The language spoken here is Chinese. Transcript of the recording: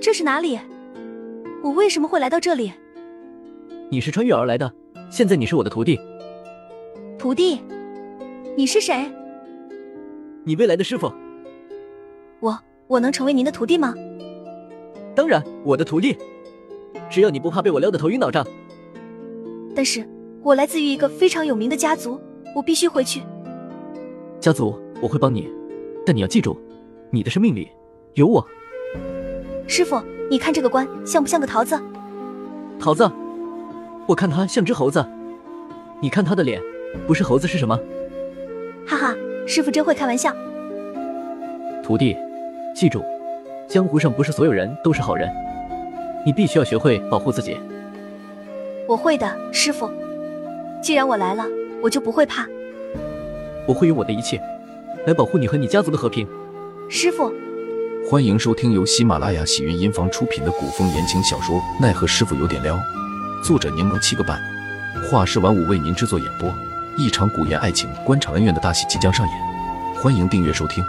这是哪里？我为什么会来到这里？你是穿越而来的，现在你是我的徒弟，徒弟，你是谁？你未来的师傅。我我能成为您的徒弟吗？当然，我的徒弟，只要你不怕被我撩得头晕脑胀。但是我来自于一个非常有名的家族，我必须回去。家族，我会帮你，但你要记住，你的生命里有我。师傅，你看这个官像不像个桃子？桃子，我看它像只猴子，你看它的脸，不是猴子是什么？哈哈，师傅真会开玩笑。徒弟，记住，江湖上不是所有人都是好人，你必须要学会保护自己。我会的，师傅。既然我来了，我就不会怕。我会用我的一切来保护你和你家族的和平。师傅，欢迎收听由喜马拉雅喜云音房出品的古风言情小说《奈何师傅有点撩》，作者柠檬七个半，画师晚舞为您制作演播。一场古言爱情、官场恩怨的大戏即将上演，欢迎订阅收听。